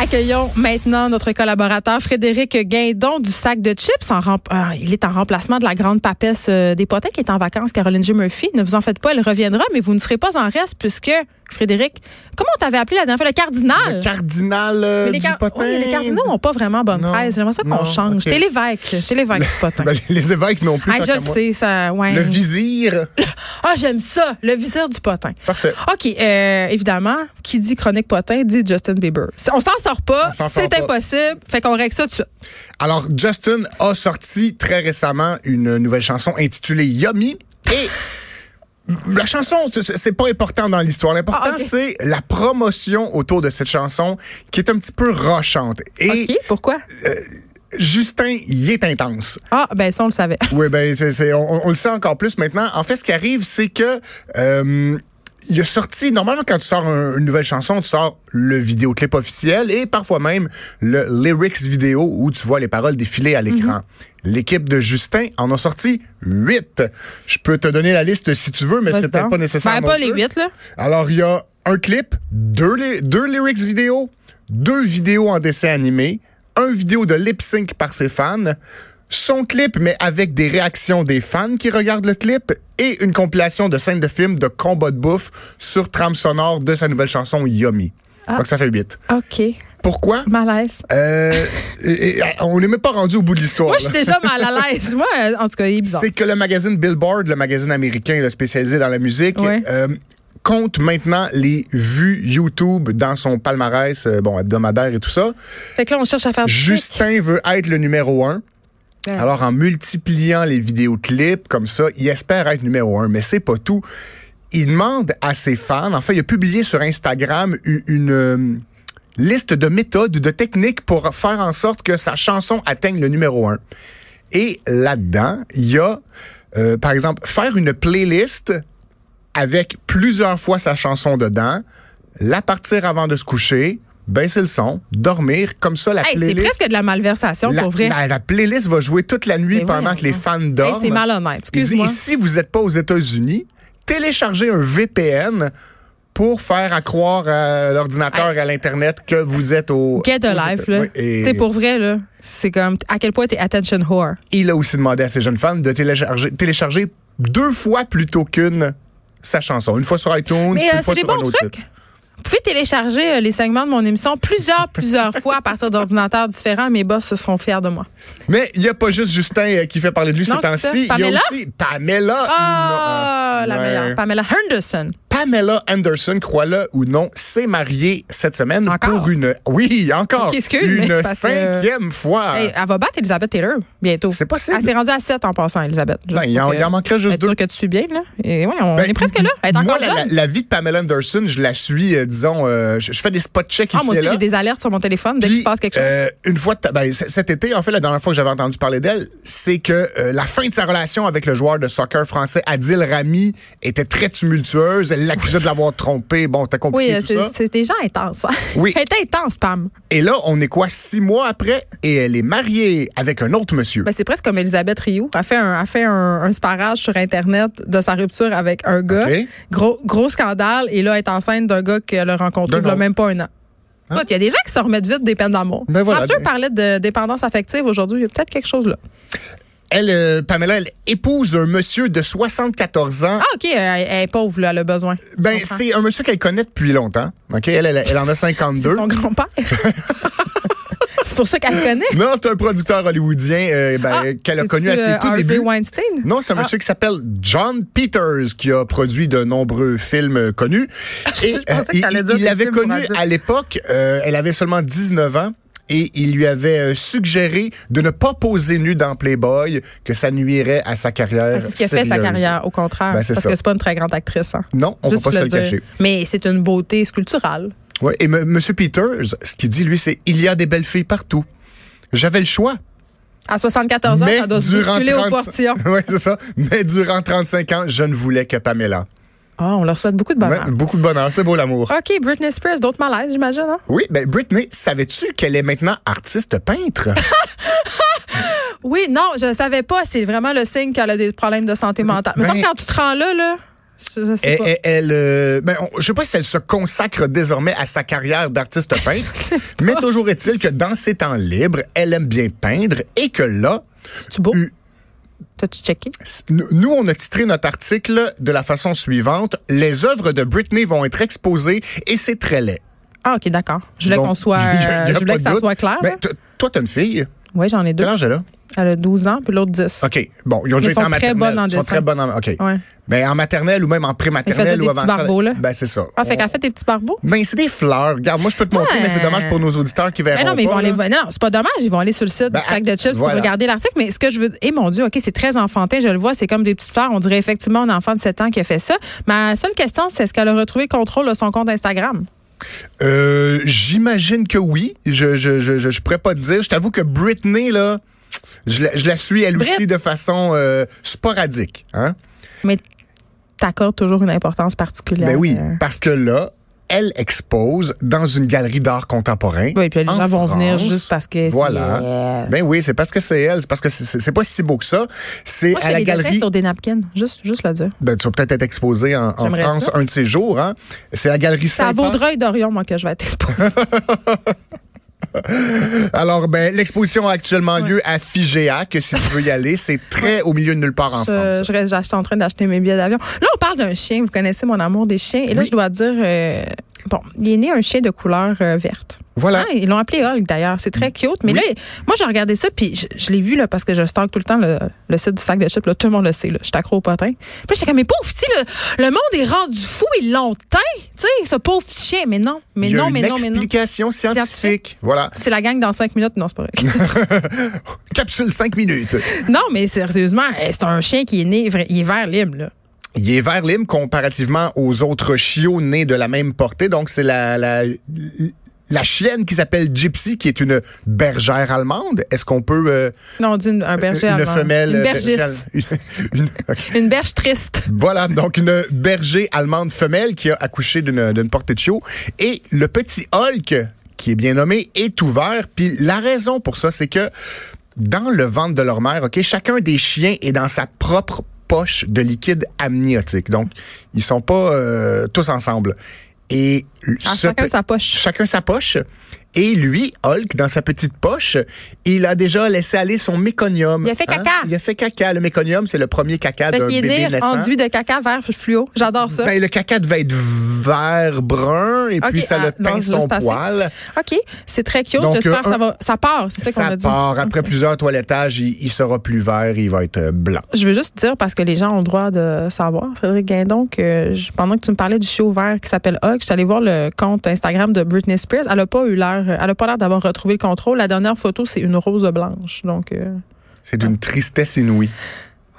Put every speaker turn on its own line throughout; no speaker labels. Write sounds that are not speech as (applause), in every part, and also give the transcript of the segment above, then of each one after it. Accueillons maintenant notre collaborateur Frédéric Guindon du sac de chips. En rem- euh, il est en remplacement de la grande papesse euh, des potins qui est en vacances, Caroline G. Murphy. Ne vous en faites pas, elle reviendra, mais vous ne serez pas en reste puisque, Frédéric, comment on t'avait appelé la dernière fois? Le cardinal!
Le cardinal euh,
Mais les,
du
car-
potin.
oui, mais les cardinaux n'ont pas vraiment bonne
Non.
presse. J'aimerais ça qu'on
Non,
change.
ok.
T'es l'évêque. T'es l'évêque du potin.
Ben, les évêques non plus.
Ah,
tant
je
qu'à
le
moi.
sais, hein. ça. Ouais.
Le vizir.
Ah, j'aime ça, le viseur du potin.
Parfait.
OK, euh, évidemment, qui dit chronique potin dit Justin Bieber. C'est- On s'en sort pas,
On s'en sort
c'est
pas.
impossible. Fait qu'on règle ça tout de suite.
Alors, Justin a sorti très récemment une nouvelle chanson intitulée Yummy. Et la chanson, c'est- c'est c'est pas important dans l'histoire. L'important,
Ah, ok.
c'est la promotion autour de cette chanson qui est un petit peu rochante. Et
OK, pourquoi?
Justin y est intense.
Ah, ben ça, on le savait.
(laughs) Oui, ben c'est, c'est- on, on le sait encore plus maintenant. En fait, ce qui arrive, c'est que euh, il a sorti. Normalement, quand tu sors un- une nouvelle chanson, tu sors le vidéoclip officiel et parfois même le lyrics vidéo où tu vois les paroles défiler à l'écran.
Mm-hmm.
L'équipe de Justin en a sorti huit. Je peux te donner la liste si tu veux, mais
Vas-y
c'est peut-être
donc.
pas nécessaire.
Ben,
non
pas les
plus.
huit, là.
Alors, il y a un clip, deux, li- deux lyrics vidéo, deux vidéos en dessin animé, un vidéo de lip sync par ses fans, son clip, mais avec des réactions des fans qui regardent le clip, et une compilation de scènes de films de combat de bouffe sur trame sonore de sa nouvelle chanson Yummy.
Ah.
Donc, ça fait huit.
OK,
Pourquoi?
malaise.
Euh, et- et- on n'est même pas rendu au bout de l'histoire.
Moi, je suis
là.
déjà mal à
(laughs)
l'aise. Moi, euh, en tout cas, il est bizarre.
C'est que le magazine Billboard, le magazine américain là, spécialisé dans la musique,
Ouais.
euh, compte maintenant les vues YouTube dans son palmarès euh, bon hebdomadaire et tout ça.
Fait que là, on cherche à faire...
Justin veut être le numéro un.
Ben.
Alors en multipliant les vidéoclips comme ça, il espère être numéro un, mais c'est pas tout. Il demande à ses fans, enfin il a publié sur Instagram u- une, euh, liste de méthodes, de techniques pour faire en sorte que sa chanson atteigne le numéro un. Et là-dedans, il y a, euh, par exemple, faire une playlist avec plusieurs fois sa chanson dedans, la partir avant de se coucher, baisser le son, dormir, comme ça la
Hey, c'est
playlist.
presque de la malversation,
la,
pour vrai.
la- la playlist va jouer toute la nuit
Mais
pendant que les
voyons
fans
Hey,
dorment.
c'est malhonnête,
Il dit,
excuse-moi.
et si vous n'êtes pas aux États-Unis, téléchargez un VPN pour faire accroire à l'ordinateur et à l'Internet que vous êtes au...
Get
aux
a life,
États-
là.
Oui, et
Tu sais, pour vrai, là, c'est comme à quel point t'es attention whore.
Il a aussi demandé à ses jeunes fans de télécharger, télécharger deux fois plutôt qu'une sa chanson. Une fois sur iTunes,
Mais euh,
une
c'est
fois
des
sur un
bons
autre
trucs.
site.
Vous pouvez télécharger euh, les segments de mon émission plusieurs,
(laughs)
plusieurs fois à partir d'ordinateurs différents. Mes boss se seront fiers de moi. Mais
Mais il n'y a pas juste Justin euh, qui fait parler de lui
Non, c'est
ces
ça.
temps-ci. Il y a
Pamela?
aussi Pamela.
Ah,
Non, euh,
la
ouais.
meilleure. Pamela Henderson.
Pamela Anderson, crois-le ou non, s'est mariée cette semaine
Encore?
pour une... Oui, encore.
Ok, excuse, mais c'est
une
parce que-
cinquième fois.
Hey, euh, elle va battre Elisabeth Taylor bientôt.
Ah. C'est possible.
Elle s'est rendue à 7 en passant, Elisabeth. Juste
Ben, il en-
pour que-
il en manquerait juste
être sûr
deux.
que tu suis bien, là. Et ouais, on
Ben,
est presque là. Elle est
moi,
encore
la, la-
jeune.
la vie de Pamela Anderson, je la suis, euh, disons, euh, je, je fais des spot checks
Ah,
ici
moi
et
aussi,
là.
j'ai des alertes sur mon téléphone dès
Puis,
qu'il se passe quelque chose.
euh, une fois, de ta- ben, c- cet été, en fait, la dernière fois que j'avais entendu parler d'elle, c'est que euh, la fin de sa relation avec le joueur de soccer français Adil Rami était très tumultueuse. Elle l'accusait de l'avoir trompé. Bon, c'était
oui,
compliqué
euh,
tout
c'est
ça.
c'est des gens intenses. hein.
Oui.
Elle était intense, Pam.
Et là, on est quoi, six mois après, et elle est mariée avec un autre monsieur.
Ben, c'est presque comme Elisabeth Rioux. Elle fait un, elle fait un, un sparage sur Internet de sa rupture avec un gars.
Ok.
Gros, gros scandale. Et là, elle est enceinte d'un gars qu'elle a rencontré
D'un
il y a
autre. Hein?
même pas un an. Écoute, Il y a des gens qui se remettent vite des peines d'amour.
Ben voilà.
Mathieu parlait de dépendance affective aujourd'hui. Il y a peut-être quelque chose là.
Elle, euh, Pamela, elle épouse un monsieur de 74 ans.
Ah, OK. Elle, elle est pauvre, là. Elle a besoin.
ben,
Je comprends.
c'est un monsieur qu'elle connaît depuis longtemps. OK? Elle, elle, elle en a 52.
(laughs) C'est son
(laughs)
grand-père. c'est pour ça qu'elle le connaît. Ah,
Non, c'est un producteur hollywoodien euh, ben, Euh, qu'elle a
C'est-tu,
connu à ses
euh,
tout
Harvey
débuts.
Weinstein?
Non, c'est un monsieur qui s'appelle John Peters qui a produit de nombreux films
(laughs)
euh, connus. Et euh,
pensais que
il
t'allais dire
il
des
l'avait
films pour
connu
adultes.
à l'époque, euh, elle avait seulement 19 ans. et il lui avait euh, suggéré de ne pas poser nu dans Playboy, que ça nuirait à sa carrière.
Ah, C'est ce qui a fait sa
sérieuse.
carrière, au contraire.
Ben, c'est
parce
ça.
que c'est pas une très grande actrice. hein.
Non, on
Juste
peut pas se le
dire.
cacher.
Mais c'est une beauté sculpturale.
Ouais, et M. Monsieur Peters, ce qu'il dit, lui, c'est il y a des belles filles partout. J'avais le choix.
À 74 ans,
mais
ça doit se
durant
bousculer au
30 (laughs)
portillon.
Ouais, c'est ça. Mais durant 35 ans, je ne voulais que Pamela.
Ah, on leur souhaite beaucoup de bonheur.
Ouais, beaucoup de bonheur. C'est beau l'amour.
OK, Britney Spears, d'autres malaises, j'imagine. Hein?
Oui, ben Britney, savais-tu qu'elle est maintenant artiste peintre?
Ah, Oui, non, je ne savais pas. C'est vraiment le signe qu'elle a des problèmes de santé mentale. Mais
Ben-
semble
Eh,
que quand tu te rends là, là, je, je sais
elle,
pas.
elle- elle, euh, ben, on- je sais pas si elle se consacre désormais à sa
(laughs)
carrière d'artiste peintre, mais toujours est-il que dans ses temps libres, elle aime bien peindre et que là,
C'est-tu beau?
eu-
T'as-tu checké?
s- nous- nous, on a titré notre article de la façon suivante. Les œuvres de Britney vont être exposées et c'est très laid.
Ah, OK, d'accord. Je voulais
Donc,
qu'on soit.
(laughs) y a- y a
je voulais
pas
que
de
ça
doute.
soit clair.
Ben, t- toi, t'as une fille.
oui, j'en ai deux.
Quel âge elle a?
Elle a 12 ans, puis l'autre 10.
OK. Bon, ils ont déjà
Ils
été
sont
en
très
maternelle.
bonnes en
ils sont
dessin.
très bonnes en... OK.
Ouais.
Ben, en maternelle ou même en
Ils faisaient
prématernelle
des
ou
petits
avant ça.
barbeaux, là.
Ben, c'est ça.
Ah, fait
On-
qu'elle fait des petits barbeaux?
Ben, c'est des fleurs. Regarde, moi, je peux te montrer,
Ouais.
mais c'est dommage pour nos auditeurs qui verront
Mais Ben non, mais ils
Ben pas,
vont
là.
aller. Non, non, c'est pas dommage. Ils vont aller sur le site
Ben,
du sac de chips
voilà.
pour regarder l'article. Mais ce que je veux. Eh mon Dieu, OK, c'est très enfantin, je le vois. C'est comme des petites fleurs. On dirait effectivement un enfant de 7 ans qui a fait ça. Ma seule question, c'est est-ce qu'elle a retrouvé le contrôle de son compte Instagram?
Euh, J'imagine que oui. Je, je, je, je, je pourrais pas te dire. Je t'avoue que Britney, là, je la, je la suis elle
Brit-
aussi de façon euh, sporadique. Hein?
Mais t'accordes toujours une importance particulière.
Ben oui,
Euh,
parce que là, elle expose dans une galerie d'art contemporain.
Oui, puis les
en
gens vont venir
France.
juste parce que c'est euh,
Voilà.
elle.
Ben oui, c'est parce que c'est elle. C'est parce que c'est- c'est c'est pas si beau que ça. C'est
Moi, je
à
fais
la
des dessins
galerie.
sur des napkins. Juste, juste le dire.
Ben, tu vas peut-être être exposé en, en
J'aimerais
France
ça.
un de ces jours. Hein? C'est la galerie
C'est à
Saint-Paul.
Vaudreuil d'Orion, moi, que je vais être
(laughs)
exposée.
Alors, ben, l'exposition a actuellement lieu à Figeac. Si tu veux y
(laughs)
aller, c'est très au milieu de nulle part en
je,
France.
je reste- j'étais en train d'acheter mes billets d'avion. Là, on parle d'un chien. Vous connaissez mon amour des chiens. Et là,
Oui.
je dois dire, euh, bon, il est né un chien de couleur euh, verte.
Voilà.
Ah, ils l'ont appelé Hulk d'ailleurs, c'est très cute. Mais là, moi j'ai regardé ça puis je, je l'ai vu là parce que je stocke tout le temps le, le site du sac de chips là, tout le monde le sait là, je suis accro au potin. Puis j'étais comme mais pauvre petit le, le monde est rendu fou, ils l'ont teint, tu sais, ce pauvre petit chien. Mais non, mais
Il y a
non,
une
mais non, mais non.
explication scientifique.
Scientifique.
Voilà. (laughs)
C'est la gang dans cinq minutes, non, c'est pas vrai.
Capsule 5 minutes.
non, mais sérieusement, eh, c'est un chien qui est né, vrai- il est vert libre là.
Il est vert lime comparativement aux autres chiots nés de la même portée. Donc, c'est la, la, la chienne qui s'appelle Gypsy, qui est une bergère allemande. Est-ce qu'on peut... euh,
Non, on dit une, un berger
une
allemand.
femelle...
une
euh,
bergiste,
une- une- ok.
une berge triste.
Voilà, donc une berger allemande femelle qui a accouché d'une d'une portée de chiot. Et le petit Hulk, qui est bien nommé, est ouvert. Puis la raison pour ça, c'est que dans le ventre de leur mère, ok, chacun des chiens est dans sa propre poche de liquide amniotique. Donc, ils sont pas euh, tous ensemble. Et
Ah,
ce
chacun
pe-
sa poche.
Chacun sa poche. Et lui, Hulk, dans sa petite poche, il a déjà laissé aller son méconium. Hein?
Il a fait caca.
Il a fait caca. Le méconium, c'est le premier caca
Fait
d'un
qu'il est
bébé
né
naissant.
enduit de caca vert fluo. J'adore ça.
Ben, le caca devait être vert brun et
Ok,
puis ça
ah,
le teint
non, je-
son
c'est assez.
poil.
OK, c'est très cute.
Donc,
J'espère
euh,
que ça, va, ça part. C'est ça qu'on
Ça
a dit.
part. Après plusieurs toilettages, il, il sera plus vert, il va être euh, blanc.
Je veux juste dire, parce que les gens ont le droit de savoir, Frédéric Guindon, que je- pendant que tu me parlais du show vert qui s'appelle Hug, je suis allée voir le compte Instagram de Britney Spears. Elle n'a pas eu l'air, elle a pas l'air d'avoir retrouvé le contrôle. La dernière photo, c'est une rose blanche. Donc, euh,
C'est d'une tristesse inouïe.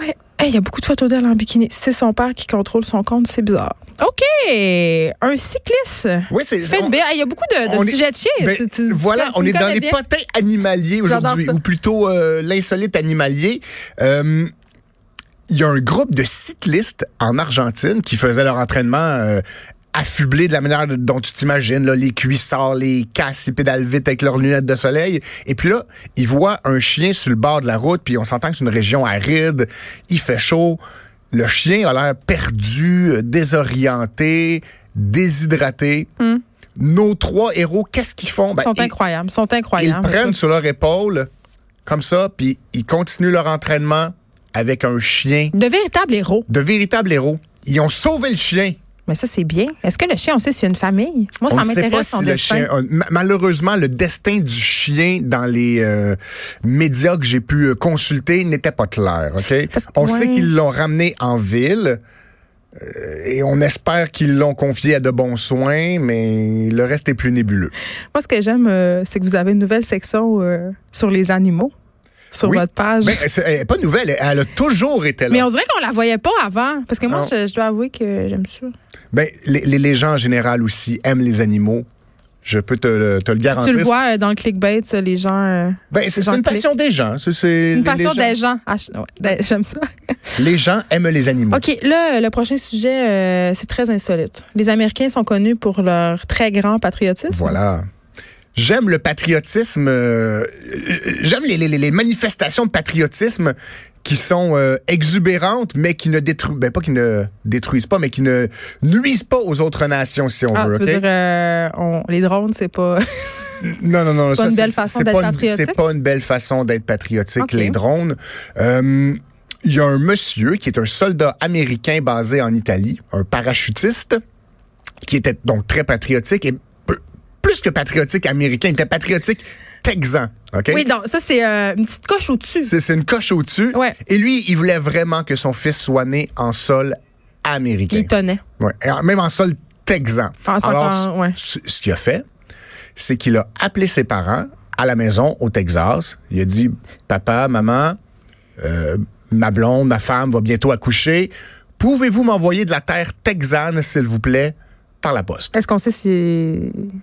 ouais. Hey, Il y a beaucoup de photos d'elle en bikini. C'est son père qui contrôle son compte. C'est bizarre. OK. Un cycliste.
Oui, c'est
Fait une
on-
ba- Hey, Il y a beaucoup de, de
on est-
sujets de chiens.
ben,
Tu- tu- tu-
voilà,
tu
on
me
est dans
connais
les
bien.
potins animaliers
J'adore
aujourd'hui,
ça.
ou plutôt euh, l'insolite animalier. Euh, il y a un groupe de cyclistes en Argentine qui faisaient leur entraînement euh, affublé de la manière de- dont tu t'imagines, là, les cuissards, les casses, ils pédalent vite avec leurs lunettes de soleil. Et puis là, ils voient un chien sur le bord de la route, puis on s'entend que c'est une région aride, il fait chaud. Le chien a l'air perdu, euh, désorienté, déshydraté. Nos trois héros, qu'est-ce qu'ils font? Ben,
Hmm. Ils sont
ils-
incroyables. Ils sont
ils
incroyables.
le prennent sur leur épaule, comme ça, puis ils continuent leur entraînement avec un chien,
De véritables héros.
de véritables héros. Ils ont sauvé le chien.
Mais ça, c'est bien. Est-ce que le chien, on sait si c'est une famille? Moi,
On
ça
ne sait pas
m'intéresse
si
son
le
destin.
chien. on- ma- malheureusement, le destin du chien dans les euh, médias que j'ai pu euh, consulter n'était pas clair. Ok.
Parce que-
on
ouais.
sait qu'ils l'ont ramené en ville. euh, Et on espère qu'ils l'ont confié à de bons soins, mais le reste est plus nébuleux.
Moi, ce que j'aime, euh, c'est que vous avez une nouvelle section euh, sur les animaux sur
Oui.
votre page.
Mais Ben, c'est- elle est pas nouvelle, elle- elle a toujours été là.
Mais on dirait qu'on la voyait pas avant. Parce que moi,
Non.
je, je dois avouer que j'aime ça.
Ben, les, les- les gens en général aussi aiment les animaux. Je peux te, le- te le garantir.
Tu le vois euh, dans le clickbait, ça, les gens. euh,
Ben, c'est
les gens
c'est une
cliquent.
passion des gens. C'est- c'est-
Une
les-
passion
les gens,
des gens. Ah, je- ouais, ben, J'aime ça.
Les gens aiment les animaux.
OK, là, le prochain sujet, euh, c'est très insolite. Les Américains sont connus pour leur très grand patriotisme.
Voilà. J'aime le patriotisme. euh, euh, J'aime les, les- les- les manifestations de patriotisme qui sont euh, exubérantes, mais qui ne détruisent ben, pas, qui ne détruisent pas, mais qui ne nuisent pas aux autres nations, si on
Ah,
veut.
tu veux
ok?
dire, euh, on- les drones, c'est pas.
Non, non, non.
C'est pas
ça,
une belle façon
c'est
d'être
pas une-
patriotique?
C'est pas une belle façon d'être patriotique,
Ok.
les drones. Euh, Il y a un monsieur qui est un soldat américain basé en Italie, un parachutiste, qui était donc très patriotique et peu- plus que patriotique américain, il était patriotique texan. OK?
(laughs) Oui, donc, ça, c'est euh, une petite coche au-dessus.
C'est c'est une coche au-dessus.
Ouais.
Et lui, il voulait vraiment que son fils soit né en sol américain.
Il tenait.
Ouais, et en- même en sol texan.
Ah, c'est
Alors,
encore- ouais.
ce, ce qu'il a fait, c'est qu'il a appelé ses parents à la maison au Texas. Il a dit Papa, maman, euh, ma blonde, ma femme va bientôt accoucher. Pouvez-vous m'envoyer de la terre texane, s'il vous plaît, par la poste?
Est-ce qu'on sait si.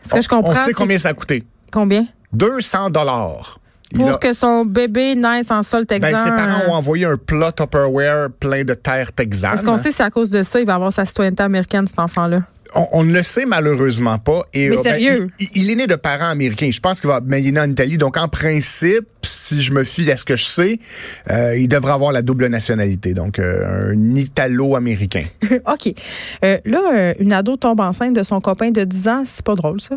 Ce que
On-
je comprends.
on sait
c'est
combien ça a coûté.
combien?
200 dollars.
Pour que son bébé naisse en sol texan.
ben, ses parents ont envoyé un plat Tupperware plein de terre texane.
Est-ce qu'on sait si à cause de ça, il va avoir sa citoyenneté américaine, cet enfant-là?
On, on ne le sait malheureusement pas. Et,
Mais
euh, ben,
sérieux?
il, il est né de parents américains. Je pense qu'il va mais il est né en Italie. Donc, en principe, si je me fie à ce que je sais, euh, il devrait avoir la double nationalité. Donc, euh, un italo-américain.
(laughs) OK. Euh, là, euh, une ado tombe enceinte de son copain de 10 ans. C'est pas drôle, ça?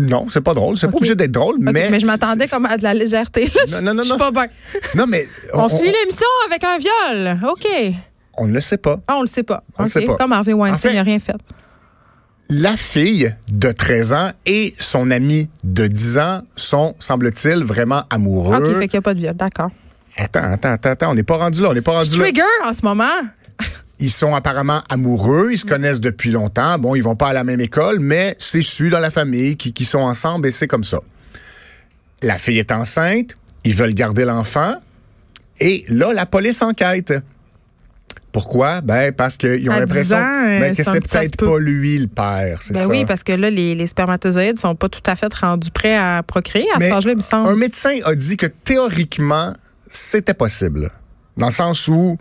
Non, c'est pas drôle. C'est
Ok.
pas obligé d'être drôle,
OK,
mais.
je m'attendais
c'est-
comme à de la légèreté. là. Je-
Non, non, non,
Je suis pas
non.
bien.
Non, mais.
On, finit l'émission avec un viol. OK.
on ne le sait pas.
Ah, on le sait pas.
On le
OK.
sait pas.
Comme Harvey Weinstein,
En fait-
il n'a rien fait.
La fille de 13 ans et son ami de 10 ans sont, semble-t-il, vraiment amoureux.
OK, fait qu'il n'y a pas de viol. D'accord.
Attends, attends, attends, attends. On n'est pas rendu là. On n'est pas rendu là.
Trigger en ce moment.
Ils sont apparemment amoureux,
Mm.
ils se connaissent depuis longtemps. Bon, ils vont pas à la même école, mais c'est su dans la famille qui, qui sont ensemble et c'est comme ça. La fille est enceinte, ils veulent garder l'enfant et là la police enquête. Pourquoi Ben parce qu'ils ont
À 10
l'impression
ans, euh,
ben, que
c'est un
c'est
petit- ça se
peut-être
peut.
pas lui le père, c'est
Ben
ça.
oui, parce que là, les, les spermatozoïdes sont pas tout à fait rendus prêts à procréer à
Mais
cet âge-là, il me semble.
un médecin a dit que théoriquement c'était possible, dans le sens où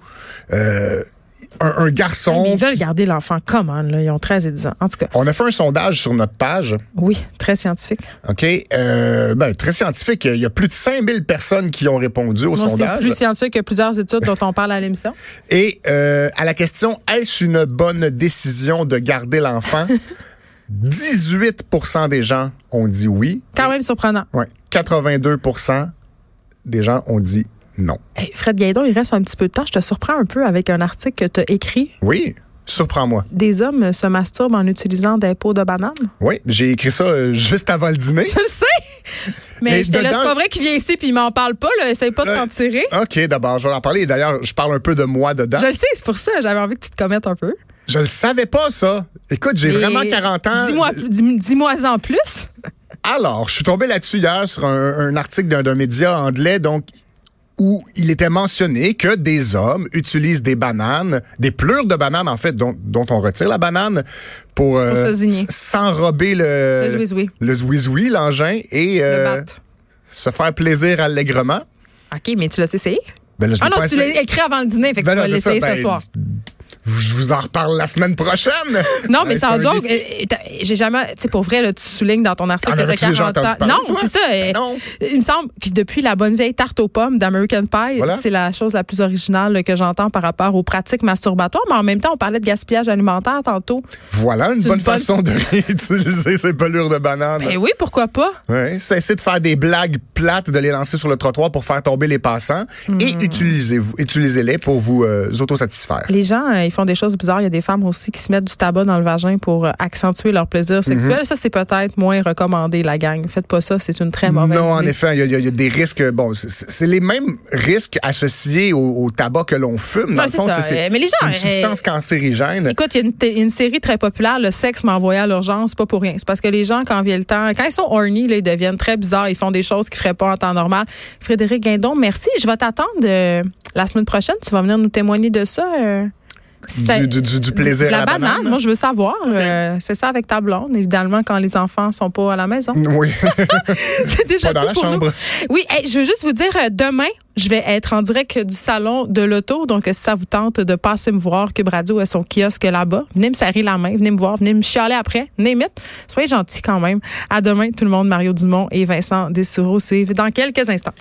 euh, un, un garçon.
Mais ils veulent garder l'enfant comment, là? Ils ont 13 et 10 ans. En tout cas,
On a fait un sondage sur notre page.
oui, très scientifique.
OK. Euh, ben, très scientifique. Il y a plus de 5000 personnes qui ont répondu au
Moi, C'est
sondage.
plus scientifique que plusieurs études dont on parle à l'émission.
Et euh, à la question est-ce une bonne décision de garder l'enfant
(laughs)
18 des gens ont dit oui.
Quand même surprenant.
Ouais. 82 des gens ont dit non.
Hey, Fred Gaidon, il reste un petit peu de temps. Je te surprends un peu avec un article que tu as écrit.
Oui. Surprends-moi.
Des hommes se masturbent en utilisant des peaux de banane.
Oui, j'ai écrit ça euh, juste avant
(laughs)
le dîner.
Je le sais! Mais,
Mais
j'étais là,
dedans-
c'est pas vrai qu'il vient ici puis il m'en parle pas, là. Essaye pas de
Euh,
t'en tirer.
OK, d'abord, je vais en parler. Et D'ailleurs, je parle un peu de moi dedans.
Je le sais, c'est pour ça. J'avais envie que tu te commettes un peu.
Je le savais pas, ça. Écoute, j'ai
Mais
vraiment 40 ans.
Dis-moi dis- dis-moi en plus.
Alors, je suis tombé là-dessus hier sur un, un article d'un d'un média anglais, donc où il était mentionné que des hommes utilisent des bananes, des plures de bananes en fait, dont, dont on retire la banane pour, euh,
se zigner.
s- s'enrober le
Le zouizoui.
le zouizoui, l'engin et
Le
euh,
battre.
se faire plaisir allègrement.
OK, mais tu l'as essayé?
Ben là, je
Ah
l'ai
non,
pas
tu l'as
essayé.
écrit avant le dîner, fait que
Ben
tu
non,
vas
c'est
l'essayer
ça,
ce
ben,
soir.
Je vous en reparle la semaine prochaine.
Non, mais
Ben,
sans
c'est un
joke,
défi. Ah,
euh, t'as- j'ai jamais. Tu sais, pour vrai, là, tu soulignes dans ton article
En
que t'as
avais-tu déjà
40
entendu
ans.
parler,
Non,
toi?
c'est ça. euh,
Ben non.
Il me semble que depuis la bonne vieille tarte aux pommes d'American Pie,
Voilà.
c'est la chose la plus originale que j'entends par rapport aux pratiques masturbatoires. Mais en même temps, on parlait de gaspillage alimentaire tantôt.
Voilà une
C'est
bonne,
une bonne-
façon de (laughs) réutiliser ces pelures de bananes.
Ben oui, pourquoi pas?
Ouais, cessez de faire des blagues plates, de les lancer sur le trottoir pour faire tomber les passants et utilisez-vous, utilisez-les pour vous euh, autosatisfaire.
Mm. Les gens, euh, ils font font des choses bizarres. Il y a des femmes aussi qui se mettent du tabac dans le vagin pour euh, accentuer leur
Mhm.
plaisir sexuel. Ça, c'est peut-être moins recommandé, la gang. Faites pas ça, c'est une très mauvaise
Non, en
idée.
effet, il y a- il y, a- il y a des risques. Bon, c'est- c'est c'est les mêmes risques associés au, au tabac que l'on fume. Dans
Ouais,
le fond,
c'est ça.
c'est- c'est
Mais les gens,
c'est une substance
euh,
cancérigène.
Écoute, il y a une, té- une série très populaire, Le sexe m'a envoyé à l'urgence, pas pour rien. C'est parce que les gens, quand vient le temps, quand ils sont horny, là, ils deviennent très bizarres, ils font des choses qu'ils feraient pas en temps normal. Frédéric Guindon, merci. Je vais t'attendre euh, la semaine prochaine. Tu vas venir nous témoigner de ça. euh, si ça-
Du- du- du- du plaisir
de la
à la
banane.
banane. hein?
Moi, je veux savoir. euh, c'est ça avec ta blonde, évidemment, quand les enfants sont pas à la maison.
Oui.
C'est (laughs) déjà
Pas dans
tout
la
pour
chambre.
nous. Oui, hey, je veux juste vous dire, euh, demain, je vais être en direct du salon de l'auto. Donc, euh, si ça vous tente de passer me voir, Cube Radio a son kiosque là-bas, venez me serrer la main, venez me voir, venez me chialer après, venez me Soyez gentils quand même. À demain, tout le monde. Mario Dumont et Vincent Dessoureau suivent dans quelques instants.